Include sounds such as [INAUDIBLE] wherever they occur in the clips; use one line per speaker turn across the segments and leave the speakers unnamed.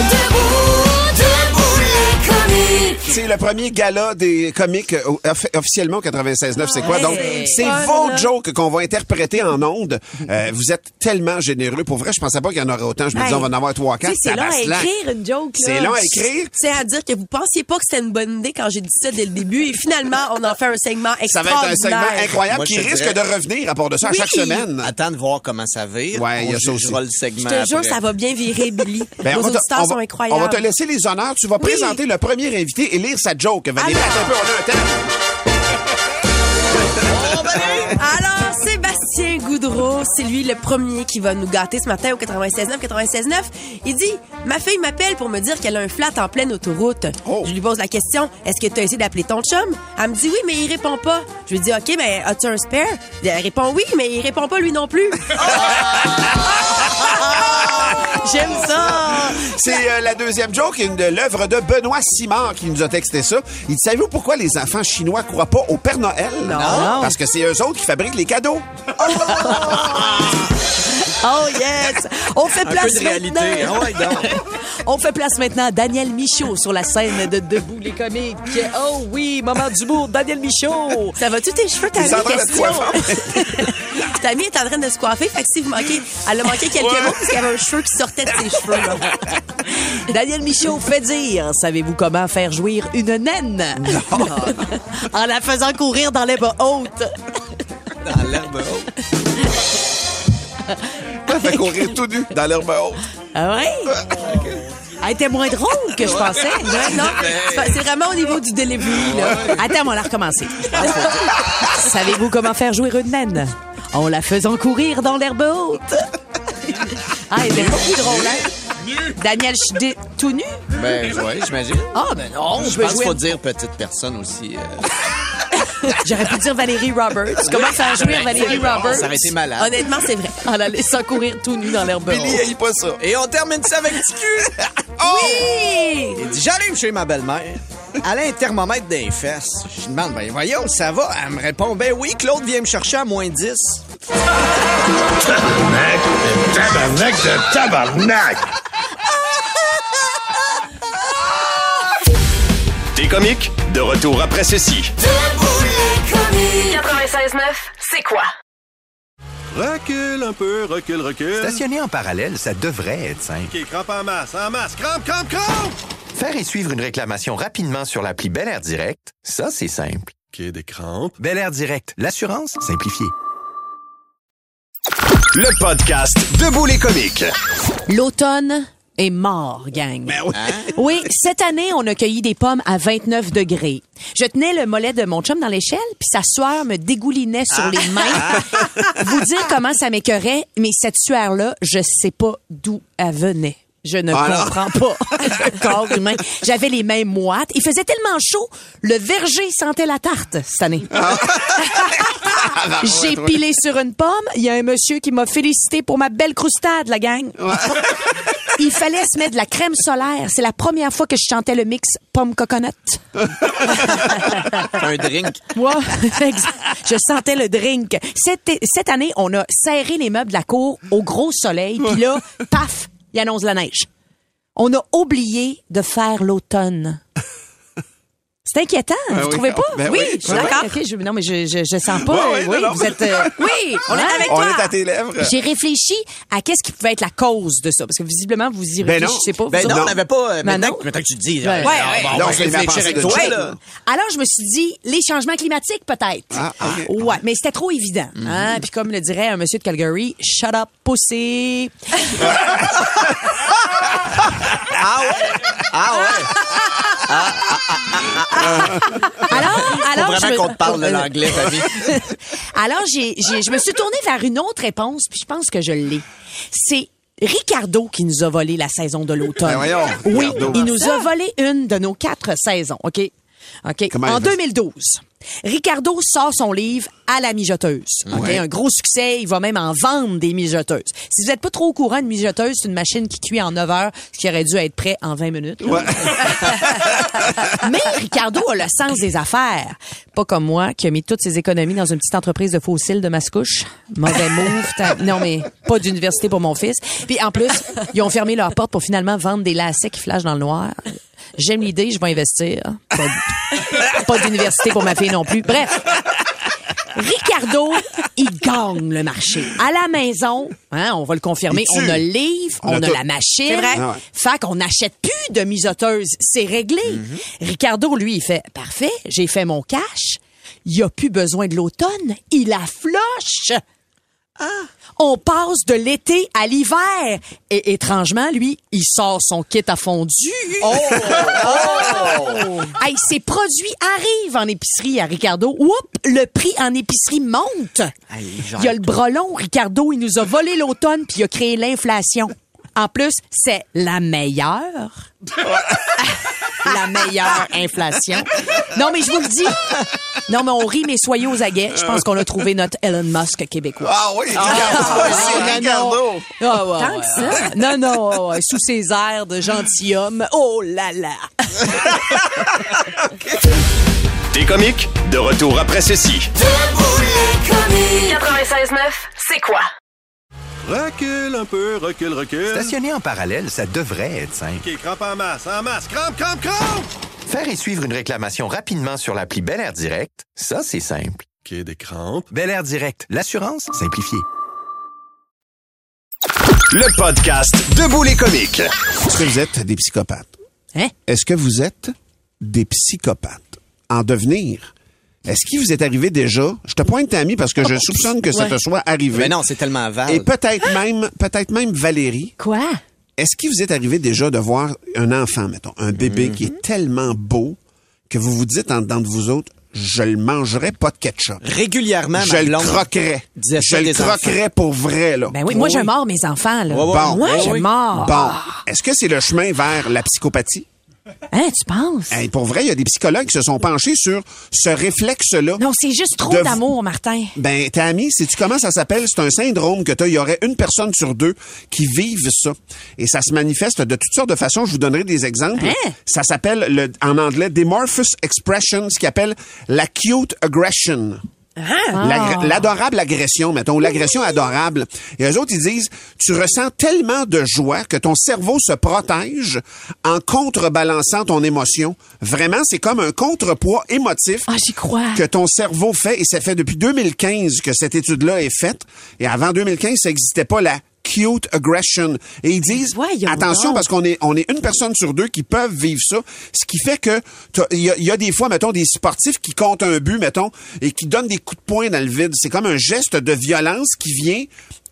debout, debout les comiques.
C'est le premier gala des comiques euh, off- officiellement au 96.9. C'est quoi?
Ah,
Ouais,
Donc,
c'est
c'est
fun,
vos
là.
jokes qu'on va interpréter en ondes. Euh, vous êtes tellement généreux. Pour vrai, je pensais pas qu'il y en aurait autant. Je me disais,
Hey.
on va en avoir trois,
Tu sais,
quatre.
C'est long à
Tabaslan.
écrire une joke. là.
C'est long à écrire.
C'est à dire que vous pensiez pas que c'était une bonne idée quand j'ai dit ça dès le début et finalement on en fait un segment
Ça va être un
extraordinaire.
segment incroyable
Moi, je
qui
te
risque
dirais-
de revenir à part de ça à
Oui.
chaque semaine.
Attends de voir comment ça vire.
Ouais, il y a
On
ça aussi.
jugera le
Je
segment
te jure,
après.
ça va bien virer, Billy.
Ben,
Nos
on, va te,
auditeurs
on va-
sont incroyables.
on va te laisser les honneurs. Tu vas
Oui.
présenter le premier invité et lire sa joke. Valérie,
Alors.
attends un peu, on a un thème.
Alors, Sébastien Goudreau, c'est lui le premier qui va nous gâter ce matin au 96.9. 96.9. Il dit Ma fille m'appelle pour me dire qu'elle a un flat en pleine autoroute.
Oh.
Je lui pose la question Est-ce que tu as essayé d'appeler ton chum Elle me dit Oui, mais il répond pas. Je lui dis Ok, ben, as-tu un spare Elle répond Oui, mais il répond pas lui non
[LAUGHS]
plus. J'aime ça.
C'est euh, la deuxième joke, une de l'œuvre de Benoît Simard qui nous a texté ça. Il dit, savez-vous pourquoi les enfants chinois croient pas au Père Noël?
Non.
Parce que c'est eux autres qui fabriquent les cadeaux.
Oh yes! On fait
Un
place
peu de
maintenant.
réalité. Ah ouais, donc.
On fait place maintenant à Daniel Michaud sur la scène de Debout les comiques. Oh oui, moment d'humour, Daniel Michaud. Ça va-tu tes cheveux, ta
Ils sont en train de se coiffer.
[LAUGHS] Ta mie est en train de se coiffer, fait que si vous manquez, elle a manqué quelques mots parce qu'il y avait un cheveu qui sortait de ses cheveux. [LAUGHS] là.
Daniel Michaud fait dire Savez-vous comment faire jouir une naine
[LAUGHS]
En la faisant courir dans les bas hautes.
Dans l'herbe haute.
[LAUGHS] Ça fait courir tout nu dans l'herbe haute.
Ah ouais Ah, Elle était moins drôle que je pensais.
Ouais, non, c'est pas- c'est vraiment au niveau du delivery. Là.
Attends, on l'a recommencé. Savez-vous comment faire jouir une naine En la faisant courir dans l'herbe haute. Ah, elle était beaucoup drôle, hein Daniel, je suis dé- tout nu
Ben, ouais, j'imagine.
Ah, ben non, je
Je
peux
pense qu'il
jouer.
faut dire petite personne aussi. euh.
J'aurais pu dire Valérie Roberts. Comment faire jouir Valérie Roberts
Ben, Ça aurait été malade.
Honnêtement, c'est vrai.
En la laissant courir tout nu dans l'herbe haute.
Billy, haït pas ça. Et on termine ça avec
[LAUGHS]
Ticu.
Oh!
Oui!
Il dit J'arrive chez ma belle-mère. Elle a un thermomètre des fesses. Je lui demande Ben voyons, ça va Elle me répond Ben oui, Claude vient me chercher à moins 10.
Tabarnak de tabarnak!
T'es comique? De retour après ceci.
Debout les comiques.
96.9, c'est quoi?
Recule un peu, recule, recule.
Stationner en parallèle, ça devrait être simple.
OK, crampe en masse, en masse, crampe, crampe, crampe!
Faire et suivre une réclamation rapidement sur l'appli Bel Air Direct, ça c'est simple.
OK, des crampes.
Bel Air Direct, l'assurance simplifiée.
Le podcast Debout les comiques.
L'automne est mort, gang.
Ben
Hein? oui, cette année, on a cueilli des pommes à 29 degrés. Je tenais le mollet de mon chum dans l'échelle, puis sa sueur me dégoulinait sur les
Ah. [LAUGHS]
mains. Vous dire comment ça m'écœurait, mais cette sueur-là, je sais pas d'où elle venait. Je ne
Ah non. [LAUGHS]
comprends pas le corps humain. J'avais les mains moites. Il faisait tellement chaud, le verger sentait la tarte cette année.
Ah.
J'ai pilé sur une pomme. Il y a un monsieur qui m'a félicité pour ma belle croustade, la gang. Il fallait se mettre de la crème solaire. C'est la première fois que je chantais le mix pomme-coconut.
[LAUGHS]
Un drink.
[LAUGHS] Moi, je sentais le drink. Cette, cette année, on a serré les meubles de la cour au gros soleil.
[LAUGHS]
Puis là, paf, il annonce la neige. On a oublié de faire l'automne. C'est inquiétant, vous
oui.
trouvez pas?
Ben oui,
je suis d'accord. Ok, je- non, mais je, je, je sens pas.
Ouais, ouais,
euh, oui,
non, non.
vous êtes. euh, [LAUGHS] oui, on est avec
On
toi.
est à tes lèvres.
J'ai réfléchi à qu'est-ce qui pouvait être la cause de ça. Parce que visiblement, vous y
Ben non.
réfléchissez pas.
Ben
vous
non,
autres.
on n'avait pas. euh,
Ben
maintenant,
non.
que- maintenant que tu le dis,
Ouais. Ouais,
euh, on
Là,
va- on
on
va
se met à
réfléchir
penser
avec
de
toi.
Jane.
là.
Alors, je me suis dit, les changements climatiques, peut-être.
Ah, Mhm. ok.
Ouais, mais c'était trop évident. hein. Puis comme le dirait un monsieur de Calgary, shut up,
[LAUGHS]
pussy.
Ah ouais. Ah ouais. Ah, ah,
Alors, alors,
ah. Faut
je me-
vraiment qu'on te
[LAUGHS]
parle de l'anglais, ta
[LAUGHS]
vie.
Alors, j'ai, j'ai- je me suis tournée vers une autre réponse, puis je pense que je l'ai. C'est Ricardo qui nous a volé la saison de l'automne.
Ben voyons,
oui,
Ricardo.
il nous a volé une de nos quatre saisons, OK? OK.
Comment
en
il fait ça?
2012, Ricardo sort son livre À la mijoteuse. OK?
Ouais.
Un gros succès. Il va même en vendre des mijoteuses. Si vous n'êtes pas trop au courant, une mijoteuse, c'est une machine qui cuit en 9 heures, ce qui aurait dû être prêt en 20 minutes. là. Mais Ricardo a le sens des affaires. Pas comme moi, qui a mis toutes ses économies dans une petite entreprise de fossiles de Mascouche. Mauvais move. t'as- Non, mais pas d'université pour mon fils. Puis en plus, ils ont fermé leurs portes pour finalement vendre des lacets qui flashent dans le noir. J'aime l'idée, je vais investir. Pas- Pas d'université pour ma fille non plus. Bref. Ricardo, il gagne le marché. À la maison, hein, on va le confirmer,
Il
on
tue.
a le livre,
On
on,
a
a
tout.
la machine.
C'est vrai.
Ah ouais. Fait qu'on n'achète plus de misoteuse. C'est réglé.
Mm-hmm.
Ricardo, lui, il fait Parfait, j'ai fait mon cash. Il n'y a plus besoin de l'automne. Il affloche. On passe de l'été à l'hiver. Et étrangement, lui, il sort son kit à fondu. [LAUGHS] Oh! Hey, ses produits arrivent en épicerie à Ricardo. Oups, le prix en épicerie monte. Il y a le brelon, Ricardo, il nous a volé l'automne puis il a créé l'inflation. En plus, c'est la meilleure. la meilleure inflation. Non, mais je vous le dis. Non, mais on rit, mais soyez aux aguets. Je pense qu'on a trouvé notre Elon Musk québécois.
Ah oui, Ricardo, c'est Ricardo.
Ah, ouais,
Tant
ouais.
que ça.
Non, non, ouais, ouais, sous ses airs de gentilhomme. Oh là là.
T'es comique? De retour après ceci.
Debout les comiques. 96.9, c'est quoi?
Recule un peu, recule, recule.
Stationner en parallèle, ça devrait être simple.
OK, crampe en masse, en masse, crampe, crampe, crampe!
Faire et suivre une réclamation rapidement sur l'appli Bel Air Direct, ça, c'est simple.
OK, des crampes.
Bel Air Direct, l'assurance simplifiée.
Le podcast Debout les comiques.
Est-ce que vous êtes des psychopathes?
Hein?
Est-ce que vous êtes des psychopathes en devenir? Est-ce qu'il vous est arrivé déjà? Je te pointe, Tammy, parce que je soupçonne que ça
Ouais.
te soit arrivé.
Mais non, c'est tellement vague.
Et peut-être même, peut-être même Valérie.
Quoi?
Est-ce qu'il vous est arrivé déjà de voir un enfant, mettons, un bébé
Mhm.
qui est tellement beau que vous vous dites en dedans de vous autres, je le mangerai pas de ketchup.
Régulièrement,
Je
ma
le
blonde
croquerais.
disait
Je
ça
le
des enfants.
croquerais pour vrai, là.
Ben oui, moi, je mords mes enfants, là.
Bon.
moi, je mords.
Bon. Est-ce que c'est le chemin vers la psychopathie?
Hein, tu penses?
Hey, pour vrai, il y a des psychologues qui se sont penchés sur ce réflexe-là.
Non, c'est juste trop
De-
d'amour, Martin.
Ben, Tammy, si tu comment ça s'appelle, c'est un syndrome que tu Il y aurait une personne sur deux qui vive ça. Et ça se manifeste de toutes sortes de façons. Je vous donnerai des exemples. Ça s'appelle, le- en anglais, Demorphous Expression, ce qu'ils appellent l'acute aggression. Hein?
Ah.
L'agr- L'adorable agression, mettons, ou l'agression adorable. Et eux autres, ils disent, tu ressens tellement de joie que ton cerveau se protège en contrebalançant ton émotion. Vraiment, c'est comme un contrepoids émotif
Ah,
que ton cerveau fait. Et ça fait depuis 2015 que cette étude-là est faite. Et avant 2015, ça n'existait pas la cute aggression. Et ils disent, attention, parce qu'on est, on est une personne sur deux qui peuvent vivre ça, ce qui fait que t'as- il y, a- il y a des fois, mettons, des sportifs qui comptent un but, mettons, et qui donnent des coups de poing dans le vide. C'est comme un geste de violence qui vient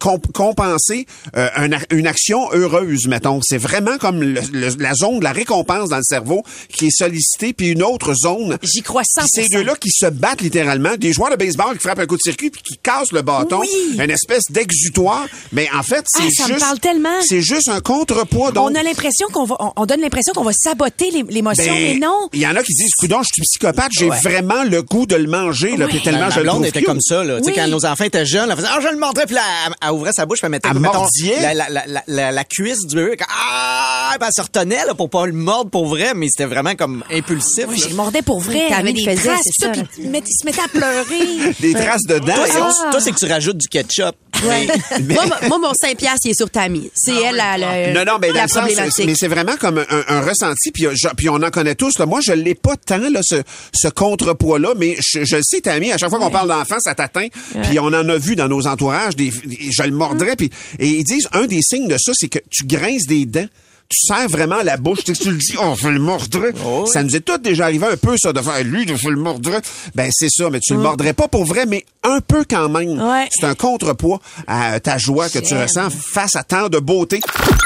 comp- compenser euh, un a- une action heureuse, mettons. C'est vraiment comme le- le- la zone de la récompense dans le cerveau qui est sollicitée, puis une autre zone.
J'y crois 100%.
Ces deux-là qui se battent littéralement, des joueurs de baseball qui frappent un coup de circuit puis qui cassent le bâton,
Oui.
une espèce d'exutoire, mais en fait,
Ah,
c'est
ça me
juste
parle tellement.
c'est juste un contrepoids donc
on a l'impression qu'on va, on, on donne l'impression qu'on va saboter l'é- l'émotion,
ben,
mais non.
Il y en a qui disent coudon, je suis psychopathe, j'ai
Ouais.
vraiment le goût de le manger là, puis
Ben,
tellement
ma
je le
blonde
trouve
était
cute.
comme ça, là. Tu sais,
Oui.
quand nos enfants étaient jeunes, elle faisait, ah, je le mordrais, puis là, elle, elle ouvrait sa bouche, puis elle mettait,
Elle
mettons,
mordillait?
la, la, la, la- la cuisse du bébé, quand, ah, puis elle se retenait, là, pour pas le mordre pour vrai, mais c'était vraiment comme impulsif.
Oui,
là.
je le mordais pour vrai.
T'as
Il y avait
mis
des
le faisait,
traces,
c'est
tout ça,
ça,
puis il met- il se mettait à pleurer.
Des traces de dents.
Toi, c'est-
Ah.
toi, c'est que tu rajoutes du ketchup.
Ouais.
Ben, Mais-
Ben,
Ah,
moi, mon- moi, mon 5 piastres, il est sur ta mise. C'est elle la, la-
Ben,
Non, non, mais dans
la
le sens, c'est-
problématique.
mais c'est vraiment comme un, un ressenti, puis, euh, je- puis on en connaît tous. Là. Moi, je l'ai pas tant, là, ce, ce contrepoids-là, mais je, je le sais, Tammy, à chaque fois qu'on parle d'enfant, ça t'atteint. Puis on en a vu dans nos entourages, des, des- je le mordrais. Puis, et ils disent, un des signes de ça, c'est que tu grinces des dents. tu serres vraiment la bouche. Tu sais, tu le dis, on fait le mordre. Ça nous est tout déjà arrivé un peu, ça, de faire lui, je fait le mordre. Ben, c'est ça, mais tu le
Mm.
mordrais pas pour vrai, mais un peu quand même. C'est un contrepoids à ta joie que tu
J'aime.
ressens face à tant de beauté.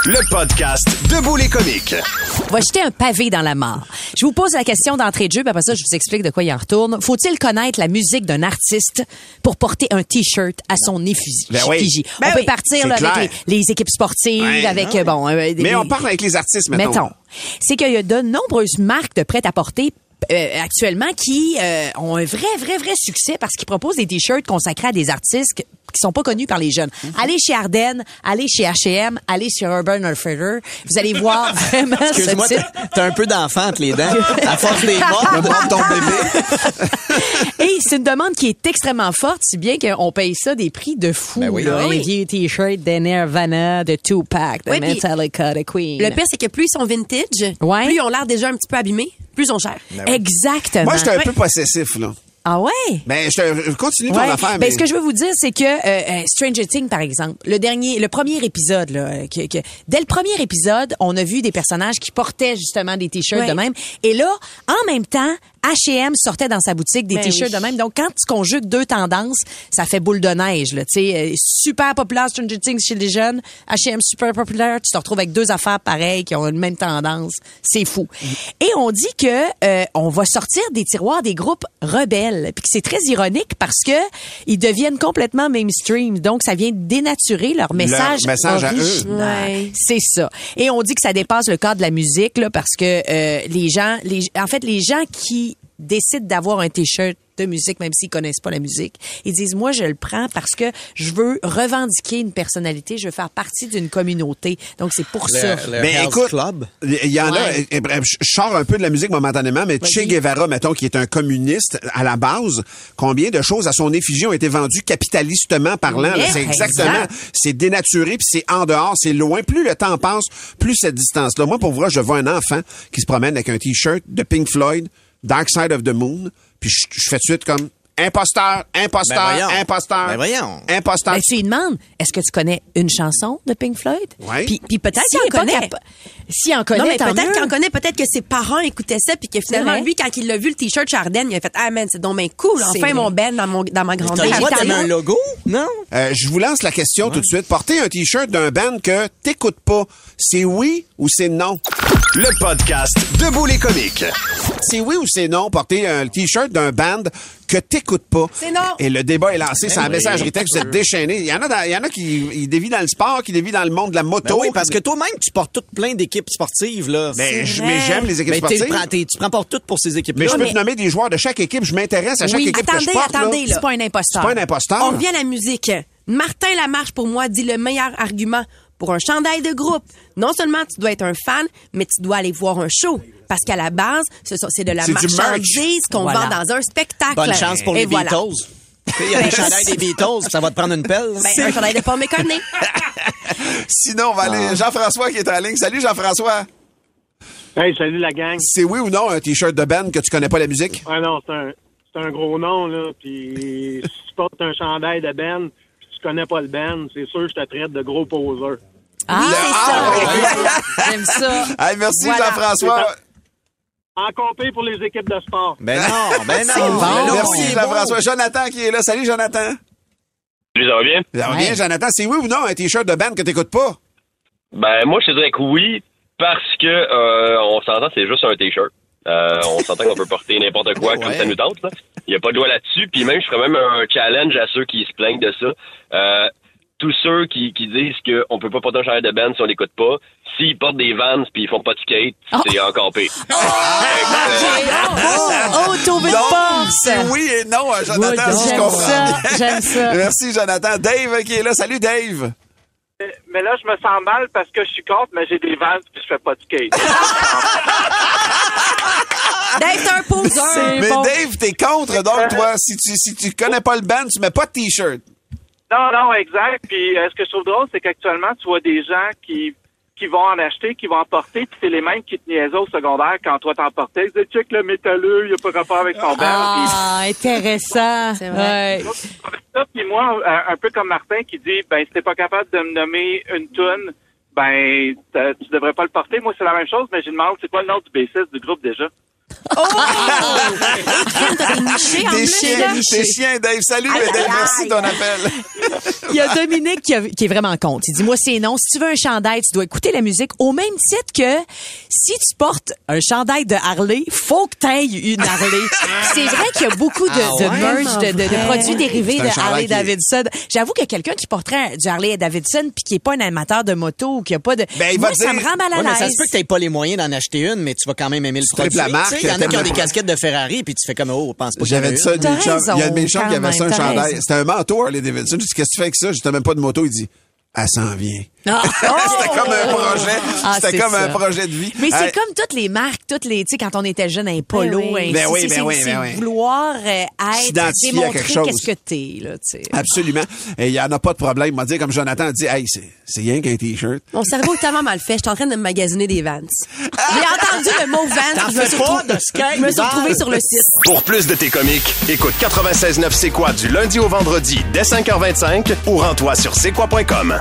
Le podcast Debout les comiques.
On va jeter un pavé dans la mort. Je vous pose la question d'entrée de jeu, puis après ça, je vous explique de quoi il en retourne. Faut-il connaître la musique d'un artiste pour porter un T-shirt à son effigie?
Ben oui.
effigie?
Ben
on peut
oui.
partir
C'est
là, avec
clair.
les, les équipes sportives,
Ouais.
avec,
Ah
euh, bon... euh,
Mais
les-
on parle avec les artistes, mettons.
C'est qu'il y a de nombreuses marques de prêt-à-porter euh, actuellement qui euh, ont un vrai, vrai, vrai succès parce qu'ils proposent des t-shirts consacrés à des artistes que- qui sont pas connus par les jeunes.
Mhm.
Allez chez Ardennes, allez chez H&M, allez chez Urban Outfitter. Vous allez
[LAUGHS]
voir vraiment ce
Excuse-moi,
type.
t'as- t'as un peu d'enfant entre les dents. À force des morts, le mort de ton bébé.
[LAUGHS] Et c'est une demande qui est extrêmement forte, si bien qu'on paye ça des prix de fou.
Ben
oui.
là.
Ah oui.
Un vieux t-shirt de Nirvana, de Tupac, de
Oui, puis
Metallica, de Queen.
Le pire, c'est que plus ils sont vintage, plus ils ont l'air déjà un petit peu abîmés, plus ils sont chers.
Exactement.
Ben Moi, j'étais un
Euh, Ouais.
peu possessif, là.
Ah ouais?
Ben, je te- continue ton
Ouais.
affaire,
Ben,
mais...
ce que je veux vous dire, c'est que euh, euh, Stranger Things, par exemple, le dernier, le premier épisode, là, euh, que, que- dès le premier épisode, on a vu des personnages qui portaient justement des t-shirts
Ouais.
de même. Et là, en même temps, H&M sortait dans sa boutique des
Ben
t-shirts
oui.
de même. Donc, quand tu conjugues deux tendances, ça fait boule de neige. Là, Tu sais, euh, super populaire Stranger Things chez les jeunes, H&M super populaire. Tu te retrouves avec deux affaires pareilles qui ont une même tendance. C'est fou. Et on dit que euh, on va sortir des tiroirs des groupes rebelles. Puis que c'est très ironique parce que ils deviennent complètement mainstream. Donc, ça vient dénaturer leur message,
message à eux.
original. C'est ça. Et on dit que ça dépasse le cadre de la musique là, parce que euh, les gens, les, en fait, les gens qui décident d'avoir un t-shirt de musique, même s'ils connaissent pas la musique, ils disent moi je le prends parce que je veux revendiquer une personnalité, je veux faire partie d'une communauté. Donc c'est pour ça.
Ben, écoute, il y en a. eh, eh, bref, Je sors un peu de la musique momentanément, mais Che Guevara, mettons, qui est un communiste à la base, combien de choses à son effigie ont été vendues capitalistement parlant? là?
Mais,
C'est
exact.
exactement. C'est dénaturé, puis c'est en dehors, c'est loin. Plus le temps passe, plus cette distance-là. Moi, pour vrai, je vois un enfant qui se promène avec un T-shirt de Pink Floyd, Dark Side of the Moon, puis je je fais tout de suite comme imposteur, imposteur,
Ben voyons.
imposteur.
Ben voyons.
Imposteur.
Ben, tu lui demandes, est-ce que tu connais une chanson de Pink Floyd?
Ouais.
Puis, puis peut-être
S'il
qu'il
en
en connaît.
connaît.
S'il en
Non,
connaît,
mais
tant
peut-être
mieux.
qu'il en connaît, peut-être que ses parents écoutaient ça, puis que finalement,
vrai.
lui, quand il l'a vu, le T-shirt Charden, il a fait Ah, man, c'est donc bien cool,
C'est
enfin
vrai.
mon Ben dans, mon, dans ma grande
t'as le droit d'aimer un
logo, non?
Euh, je vous lance la question tout de suite. Portez un t-shirt d'un band que t'écoutes pas. C'est oui ou c'est non?
Le podcast Debout les comiques.
C'est oui ou c'est non porter un t-shirt d'un band que t'écoutes pas.
C'est non.
Et le débat est lancé. C'est
Ben
un
oui.
messagerie texte. Vous êtes déchaînés. Il y en a, dans- il y en a qui ils dévient dans le sport, qui dévient dans le monde de la moto.
Ben oui, parce que toi-même, tu portes toutes plein d'équipes sportives, là.
Mais Ben, je- mais j'aime les équipes
Mais t'es-
sportives.
prends- t'es- tu prends pas toutes pour ces équipes-là.
mais je peux te nommer des joueurs de chaque équipe. Je m'intéresse à chaque
Oui,
équipe
attendez,
que je porte. là.
attendez, là.
C'est pas un imposteur.
C'est pas un imposteur.
On revient à la musique. Martin Lamarche, pour moi, dit le meilleur argument pour un chandail de groupe. Non seulement tu dois être un fan, mais tu dois aller voir un show. Parce qu'à la base, ce sont- c'est de la
C'est du merch.
marchandise qu'on
Voilà.
vend dans un spectacle.
Bonne chance pour
Et
les
voilà.
Beatles.
[LAUGHS]
Il y a des chandails des Beatles, ça va te prendre une pelle.
Ben, un chandail de Paul McCartney.
Sinon, on va aller. Jean-François qui est en ligne. Salut, Jean-François.
Hey, salut la gang.
C'est oui ou non un t-shirt de band que tu connais pas la musique?
Ah non, c'est un, c'est un gros nom, là. Puis si tu portes un chandail de Ben, puis tu connais pas le Ben, c'est sûr que je te traite de gros poseur.
Ah,
c'est
ça. J'aime ça.
Hey, merci, Jean-François.
Encore pire pour les équipes de sport.
Ben non, ben non. C'est
Oh,
bon.
Merci, Jean-François. Jonathan qui est là. Salut, Jonathan.
Salut, ça va bien?
Ça va bien, Jonathan. C'est oui ou non un t-shirt de band que t'écoutes pas?
Ben, moi, je te dirais que oui, parce que euh, on s'entend, c'est juste un T-shirt. Euh, on s'entend qu'on peut porter n'importe quoi comme ça nous tente. là. Il n'y a pas de loi là-dessus. Puis même, je ferais même un challenge à ceux qui se plaignent de ça. Euh, tous ceux qui, qui disent qu'on ne peut pas porter un chandail de band si on l'écoute pas, s'ils portent des vans puis ils font pas de skate, c'est encore pire.
Oh, Tobin
Donc,
Force!
c'est oui et non, hein,
Oui,
Jonathan, si je
j'aime
comprends
ça,
bien.
j'aime ça.
Merci, Jonathan. Dave qui est là. Salut, Dave.
Mais là, je me sens mal parce que je suis contre, mais j'ai des vannes puis je fais pas
[LAUGHS]
de skate.
Dave, t'es un poseur.
Mais Dave, t'es contre, donc, toi, si tu, si tu connais pas le band, tu mets pas de t-shirt.
non, non, exact. Puis euh, ce que je trouve drôle, c'est qu'actuellement, tu vois des gens qui qui vont en acheter, qui vont en porter, puis c'est les mêmes qui te niaisaient au secondaire quand toi t'en portais. Ils disaient, check le métalleux, il a pas rapport avec Ben, son band.
Ah, intéressant. Ouais.
Puis ça, puis moi, un, un peu comme Martin qui dit, ben, si t'es pas capable de me nommer une toune, ben, t'as- tu devrais pas le porter. Moi, c'est la même chose, mais je demande, c'est quoi le nom du B6 du groupe déjà?
Oh! niché en
Des
plus,
chiens,
là.
des chiens, Dave. Salut,
Aïe,
Dave.
aïe,
Merci de ton appel.
Il y a Dominique qui, a- qui est vraiment contre. Il dit, moi, c'est non. Si tu veux un chandail, tu dois écouter la musique au même titre que si tu portes un chandail de Harley, faut que t'ailles une Harley. c'est vrai qu'il y a beaucoup de,
Ah
de
ouais?
merch, de, de- de
Vraiment
produits dérivés
Ah. vrai.
de
C'est un chandail
Harley
qui est-
Davidson. J'avoue que quelqu'un qui porterait un- du Harley Davidson puis qui est pas un amateur de moto ou qui a pas de... moi, ça me rend mal à
Ouais, mais
l'aise.
ça se peut que t'aies pas les moyens d'en acheter une, mais tu vas quand même aimer le produit.
tripes la marque,
Tu sais, Il y en a qui ont
t'aimes-
des casquettes de Ferrari, puis tu fais comme, oh, pense pas qu'il y en a
J'avais dit ça à
une.
des chums. Il y a de mes chums qui avaient ça, un chandail. C'était un manteau, Harley Davidson. Je dis, qu'est-ce que tu fais avec ça? J'étais même pas de moto. Il dit, elle s'en vient.
Ah!
[LAUGHS]
C'était
comme un projet. C'était comme un projet de vie.
Ah, Mais
Hey.
c'est comme toutes les marques, toutes les, tu sais, quand on était jeune, un polo,
Ben oui.
un
Ben
c'est-
oui,
c'est-
ben oui,
c'est
ben oui.
vouloir euh, être,
S'identifier à
démontrer
quelque chose.
qu'est-ce que t'es, là, tu sais.
Absolument. Et il n'y en a pas de problème. M'a dit, comme Jonathan a dit, hey, c'est c'est rien qu'un T-shirt.
Mon cerveau est tellement mal fait. Je suis en train de me magasiner des Vans. J'ai entendu le mot Vans.
T'en
je me
fais
suis
pas
retrou-
de skate,
Je me suis
Vans.
retrouvée sur le site.
Pour plus de tes comiques, écoute 96.9 C'est quoi du lundi au vendredi dès 5h25 ou rends-toi sur c'est quoi.com.